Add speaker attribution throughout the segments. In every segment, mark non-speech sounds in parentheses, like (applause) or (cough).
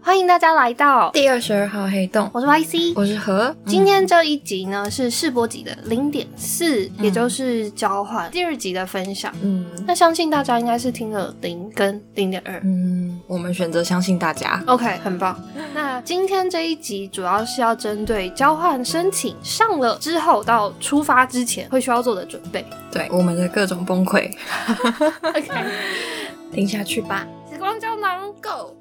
Speaker 1: 欢迎大家来到，
Speaker 2: 第二十二号黑洞，
Speaker 1: 我是 YC，
Speaker 2: 我是嗯何。
Speaker 1: 今天这一集呢是试播集的零点四，
Speaker 2: 嗯
Speaker 1: 也就是交换第二集的分享。
Speaker 2: 嗯
Speaker 1: 那相信大家应该是听了零跟零点二。
Speaker 2: 嗯，我们选择相信大家。
Speaker 1: OK，很棒。那今天这一集主要是要针对交换申请上了之后到出发之前会需要做的准
Speaker 2: (laughs)
Speaker 1: 备。
Speaker 2: 对我们的各种崩溃，
Speaker 1: OK，
Speaker 2: 听下去吧。
Speaker 1: 时光胶囊 Go。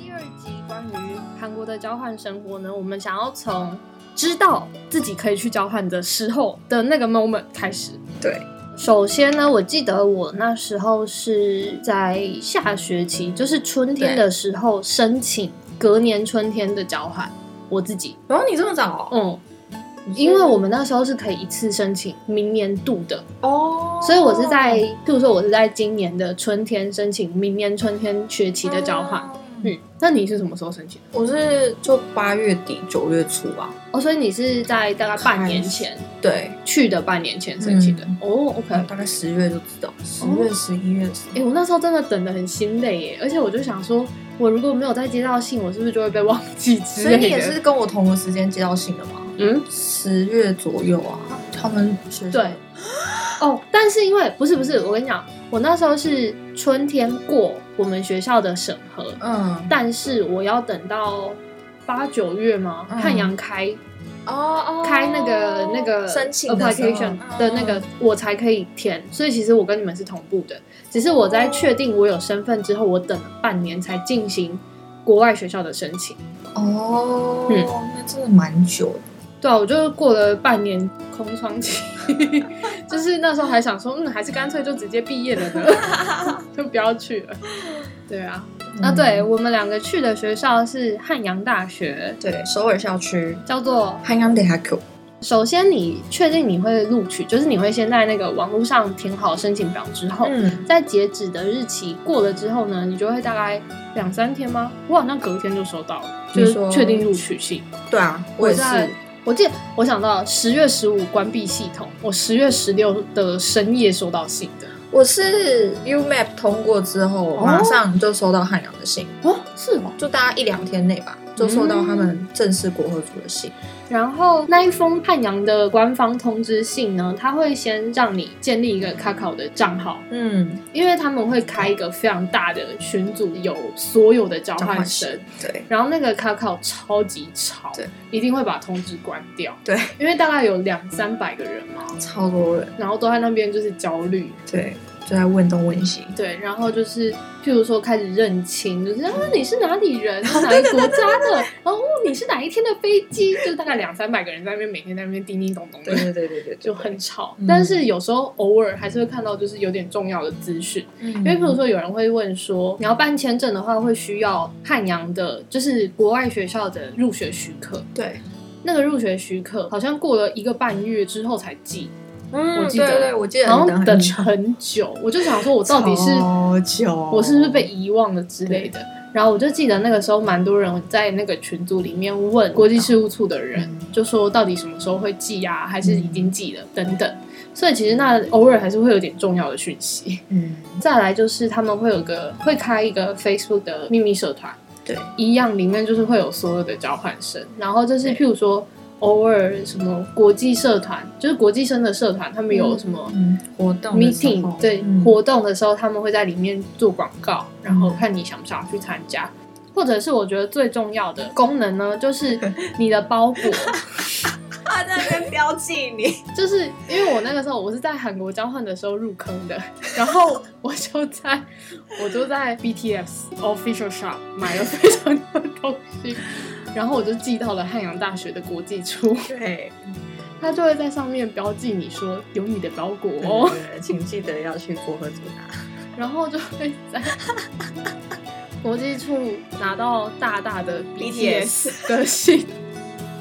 Speaker 1: 第二集关于韩国的交换生活呢，我们想要从知道自己可以去交换的时候的那个 moment 开始。
Speaker 2: 对，
Speaker 1: 首先呢，我记得我那时候是在下学期，就是春天的时候申请隔年春天的交换，我自己，
Speaker 2: 然后你这么早，
Speaker 1: 嗯，因为我们那时候是可以一次申请明年度的，
Speaker 2: 哦，
Speaker 1: 所以我是在，譬如说我是在今年的春天申请明年春天学期的交换，
Speaker 2: 嗯，
Speaker 1: 嗯，那你是什么时候申请的？
Speaker 2: 我是就八月底九月初吧。
Speaker 1: 哦，所以你是在大概半年前
Speaker 2: 对，
Speaker 1: 去的，半年前申请的，
Speaker 2: 嗯
Speaker 1: 哦，OK，
Speaker 2: 大概十月就知道，十月、十一月。
Speaker 1: 哎、我那时候真的等的很心累耶，而且我就想说，我如果没有再接到信，我是不是就会被忘记之
Speaker 2: 所
Speaker 1: 类
Speaker 2: 以
Speaker 1: 的？
Speaker 2: 你也是跟我同个时间接到信的吗？
Speaker 1: 嗯，
Speaker 2: 十月左右啊，他们学校
Speaker 1: 对，哦，但是因为不是不是，我跟你讲，我那时候是春天过我们学校的审核，
Speaker 2: 嗯，
Speaker 1: 但是我要等到八九月嘛，
Speaker 2: 嗯
Speaker 1: 汉阳开
Speaker 2: 哦哦
Speaker 1: 开那个那个
Speaker 2: 申请的时候
Speaker 1: application 的那个
Speaker 2: 嗯，
Speaker 1: 我才可以填，所以其实我跟你们是同步的，只是我在确定我有身份之后，我等了半年才进行国外学校的申请。
Speaker 2: 哦，
Speaker 1: 嗯
Speaker 2: 那真的蛮久的。
Speaker 1: 对啊，我就过了半年空窗期， (laughs) 就是那时候还想说，嗯，还是干脆就直接毕业了呢， (laughs) 就不要去了。对啊，那对我们两个去的学校是汉阳大学，
Speaker 2: 对，首尔校区
Speaker 1: 叫做
Speaker 2: 汉阳대학교，
Speaker 1: 首先你确定你会录取，就是你会先在那个网络上填好申请表之后，
Speaker 2: 嗯，
Speaker 1: 在截止的日期过了之后呢，你就会大概两三天吗？我好像隔天就收到了，就
Speaker 2: 你
Speaker 1: 是
Speaker 2: 说
Speaker 1: 确定录取信。
Speaker 2: 对啊，我也是，
Speaker 1: 在我记得我想到十月十五关闭系统，我十月十六的深夜收到信的。
Speaker 2: 我是 UMAP 通过之后，
Speaker 1: 哦
Speaker 2: 马上就收到汉阳的信，
Speaker 1: 哦，是哦。
Speaker 2: 就大概一两天内吧，就收到他们正式国合组的信。
Speaker 1: 然后那一封汉阳的官方通知信呢，他会先让你建立一个 Kakao 的账号，
Speaker 2: 嗯，
Speaker 1: 因为他们会开一个非常大的群组，有所有的交
Speaker 2: 交
Speaker 1: 换
Speaker 2: 换
Speaker 1: 生
Speaker 2: 生。，对
Speaker 1: 然后那个 Kakao 超级吵，
Speaker 2: 对，
Speaker 1: 一定会把通知关掉，
Speaker 2: 对，
Speaker 1: 因为大概有两三百个人嘛，
Speaker 2: 超多人，
Speaker 1: 然后都在那边就是焦虑，
Speaker 2: 对，就在问东问西。
Speaker 1: 对，然后就是譬如说开始认亲，就是啊你是哪里
Speaker 2: (laughs)
Speaker 1: 人，是哪个国家的，然后哦你是哪一天的飞机，就是大概两三百个人在那边每天在那边叮叮咚咚的
Speaker 2: 对，对对对对，
Speaker 1: 就很吵。
Speaker 2: 嗯
Speaker 1: 但是有时候偶尔还是会看到就是有点重要的资讯，
Speaker 2: 因
Speaker 1: 因为譬如说有人会问说，你要办签证的话会需要汉阳的，就是国外学校的入学许可，
Speaker 2: 嗯对，
Speaker 1: 那个入学许可好像过了一个半月之后才寄，
Speaker 2: 嗯，
Speaker 1: 我记
Speaker 2: 对
Speaker 1: 得
Speaker 2: 对对，我记得
Speaker 1: 然后
Speaker 2: 等
Speaker 1: 等
Speaker 2: 很久，
Speaker 1: 很久，我就想说我到底是。
Speaker 2: 好久，
Speaker 1: 我是不是被遗忘了之类的。然后我就记得那个时候，蛮多人在那个群组里面问国际事务处的人，
Speaker 2: 嗯
Speaker 1: 就说到底什么时候会寄啊，还是已经寄了等等。所以其实那偶尔还是会有点重要的讯息。
Speaker 2: 嗯，
Speaker 1: 再来就是他们会有个会开一个 Facebook 的秘密社团，
Speaker 2: 对，
Speaker 1: 一样里面就是会有所有的交换生，然后就是
Speaker 2: 对
Speaker 1: 譬如说偶尔什么国际社团，就是国际生的社团，他们有什么
Speaker 2: 嗯活动的时候
Speaker 1: meeting 对、
Speaker 2: 嗯
Speaker 1: 活动的时候，他们会在里面做广告，然后看你想不想去参加。或者是我觉得最重要的功能呢，就是你的包
Speaker 2: (laughs)
Speaker 1: 裹， (laughs)
Speaker 2: 他在那边标记你，
Speaker 1: 就是因为我那个时候我是在韩国交换的时候入坑的， (laughs) 然后我就在我就在 BTS official shop 买了非常多东西，然后我就寄到了汉阳大学的国际处， (laughs)
Speaker 2: 对，
Speaker 1: 他就会在上面标记你说有你的包裹哦。
Speaker 2: 哦，请记得要去国合组拿，
Speaker 1: 然后就会在国际处拿到大大的
Speaker 2: BTS
Speaker 1: BTS 的信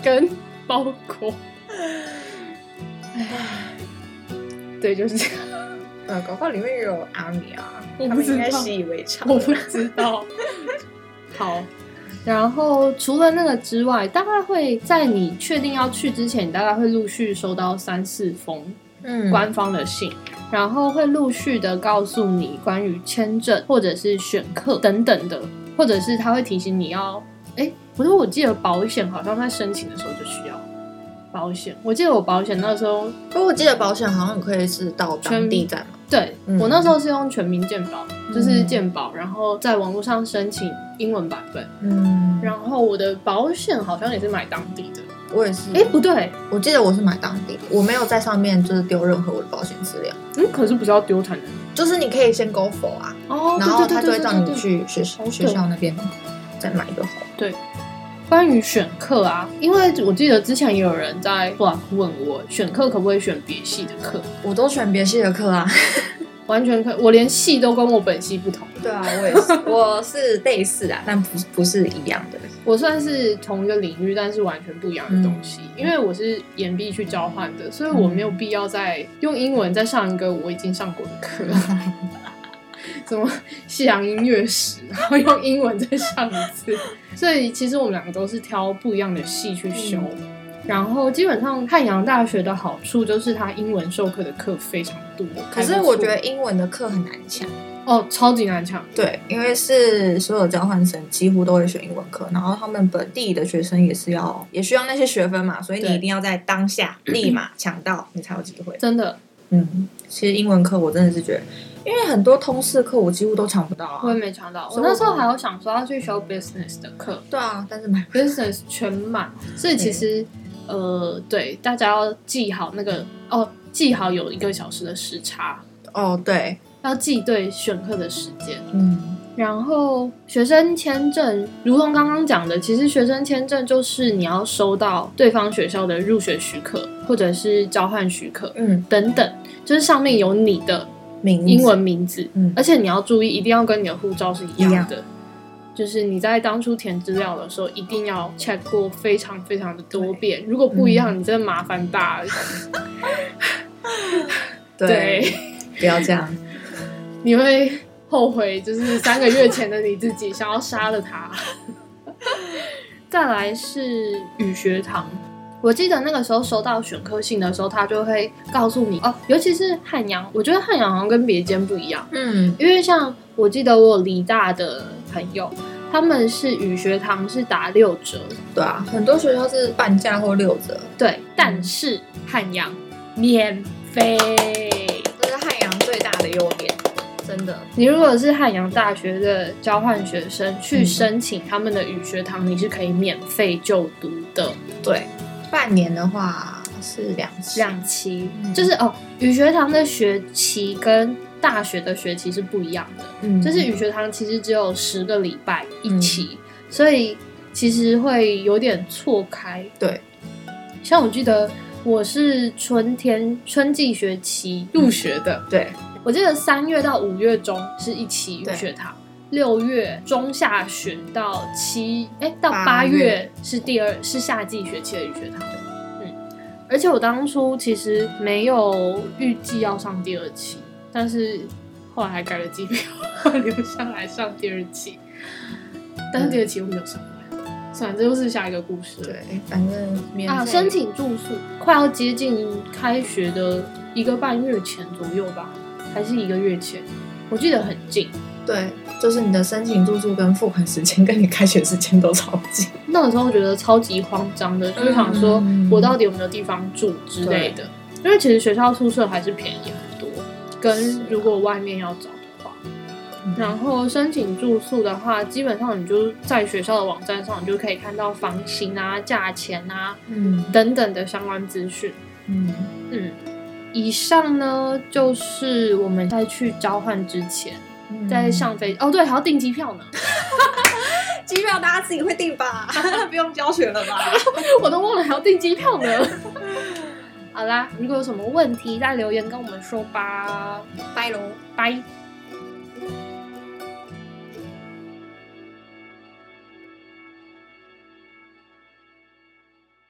Speaker 1: 跟包裹。对，就是这样。
Speaker 2: 呃，搞不好里面有阿米啊，
Speaker 1: 我不
Speaker 2: 他们
Speaker 1: 知
Speaker 2: 应
Speaker 1: 道 (laughs)
Speaker 2: 该习以为常，
Speaker 1: 我不知道。好，然后除了那个之外，大概会在你确定要去之前，你大概会陆续收到三四封
Speaker 2: 嗯
Speaker 1: 官方的信，然后会陆续的告诉你关于签证或者是选课等等的或者是他会提醒你要，哎，不是，我记得保险好像在申请的时候就需要保险。我记得我保险那时候，
Speaker 2: 可我记得保险好像可以是到当地再买，
Speaker 1: 对、
Speaker 2: 嗯
Speaker 1: 我那时候是用全民健保，就是
Speaker 2: 嗯
Speaker 1: 健保，然后在网络上申请英文版本，
Speaker 2: 嗯，
Speaker 1: 然后我的保险好像也是买当地的。
Speaker 2: 我也是，
Speaker 1: 哎，不对，
Speaker 2: 我记得我是买当地的，我没有在上面就是丢任何我的保险资料，
Speaker 1: 嗯，可是不是要丢产的
Speaker 2: 就是你可以先 go for 啊，
Speaker 1: 哦，
Speaker 2: 然后他就会叫你
Speaker 1: 去。
Speaker 2: 去学
Speaker 1: 哦对
Speaker 2: 学校那边再买就好。
Speaker 1: 关于选课啊，因为我记得之前也有人在问我，选课可不可以选别系的课？
Speaker 2: 我都选别系的课啊。
Speaker 1: 完全可，我连系都跟我本系不同。
Speaker 2: 对啊，我也是，我是类似啊，但不是不是一样的。
Speaker 1: 我算是同一个领域，但是完全不一样的东西。
Speaker 2: 嗯
Speaker 1: 因为我是延毕去交换的，所以我没有必要再用英文再上一个我已经上过的
Speaker 2: (laughs)
Speaker 1: 课。什么西洋音乐史，然后用英文再上一次。所以其实我们两个都是挑不一样的系去修。
Speaker 2: 嗯
Speaker 1: 然后基本上汉阳大学的好处就是它英文授课的课非常多，
Speaker 2: 可
Speaker 1: 还
Speaker 2: 是
Speaker 1: 不错
Speaker 2: 我觉得英文的课很难抢，
Speaker 1: 哦超级难抢，
Speaker 2: 对，因为是所有交换生几乎都会选英文课，然后他们本地的学生也是要也需要那些学分嘛，所以你
Speaker 1: 对
Speaker 2: 一定要在当下立马抢到，你才有机会。
Speaker 1: 真的
Speaker 2: 嗯，其实英文课我真的是觉得，因为很多通识课我几乎都抢不到
Speaker 1: 我也
Speaker 2: 啊。
Speaker 1: 没抢到。我
Speaker 2: 所以我
Speaker 1: 那时候还有想说要去修 business 的课，
Speaker 2: 对啊，但是买不
Speaker 1: business 全满，所以其实呃，对，大家要记好那个哦，记好有一个小时的时差，
Speaker 2: 哦，对，
Speaker 1: 要记对选课的时间。
Speaker 2: 嗯，
Speaker 1: 然后学生签证，如同刚刚讲的，其实学生签证就是你要收到对方学校的入学许可，或者是交换许可
Speaker 2: 嗯，
Speaker 1: 等等，就是上面有你的
Speaker 2: 名字
Speaker 1: 英文名字，
Speaker 2: 嗯
Speaker 1: 而且你要注意，一定要跟你的护照是一样的。就是你在当初填资料的时候，一定要 check 过非常非常的多遍，如果不一样，你真的麻烦大了。嗯 (laughs) 对，
Speaker 2: 不要这样。
Speaker 1: 你会后悔，就是三个月前的你自己想要杀了他。 (laughs) 再来是语学堂，我记得那个时候收到选科信的时候，他就会告诉你哦，尤其是汉阳，我觉得汉阳好像跟别间不一样，
Speaker 2: 嗯，
Speaker 1: 因为像我记得我有梨大的朋友，他们是语学堂是打六折，
Speaker 2: 对啊，很多学校是半价或六折，
Speaker 1: 对，
Speaker 2: 嗯
Speaker 1: 但是汉阳免费。
Speaker 2: 这是汉阳最大的优点，真的。
Speaker 1: 你如果是汉阳大学的交换学生
Speaker 2: 嗯
Speaker 1: 去申请他们的语学堂，你是可以免费就读的
Speaker 2: 对，半年的话是两两，
Speaker 1: 两期，
Speaker 2: 嗯
Speaker 1: 就是哦，语学堂的学期跟大学的学期是不一样的，
Speaker 2: 嗯
Speaker 1: 就是语学堂其实只有十个礼拜一期，所以其实会有点错开。
Speaker 2: 对，
Speaker 1: 像我记得我是春天春季学期入学的，
Speaker 2: 对，
Speaker 1: 我记得三月到五月中是一期
Speaker 2: 对
Speaker 1: 语学堂，六月中下旬到七哎到八
Speaker 2: 八月
Speaker 1: 月是第二是夏季学期的语学堂。嗯，而且我当初其实没有预计要上第二期，但是后来还改了机票留下来上第二期，但是第二期我没有上完。算了，这就是下一个故事了。
Speaker 2: 对，反正免
Speaker 1: 啊，
Speaker 2: 费
Speaker 1: 申请住宿快要接近开学的一个半月前左右吧，还是一个月前，我记得很近。
Speaker 2: 对，就是你的申请住宿跟付款时间跟你开学时间都超近。
Speaker 1: 那个时候觉得超级慌张的，就是想说
Speaker 2: 嗯
Speaker 1: 我到底有没有地方住之类的，因为其实学校宿舍还是便宜很多，
Speaker 2: 是
Speaker 1: 跟
Speaker 2: 啊
Speaker 1: 如果外面要找的话。
Speaker 2: 嗯
Speaker 1: 然后申请住宿的话，基本上你就在学校的网站上，你就可以看到房型啊、价钱啊
Speaker 2: 嗯
Speaker 1: 等等的相关资讯。
Speaker 2: 嗯，
Speaker 1: 嗯，以上呢就是我们在去交换之前，
Speaker 2: 嗯
Speaker 1: 在上飞哦，对，还要订机票呢， (laughs)
Speaker 2: 机票大家自己会订吧， (laughs) 不用教学了吧？
Speaker 1: 我都忘了还要订机票呢。 (laughs) 好啦，如果有什么问题再留言跟我们说吧，
Speaker 2: 拜喽。
Speaker 1: 拜。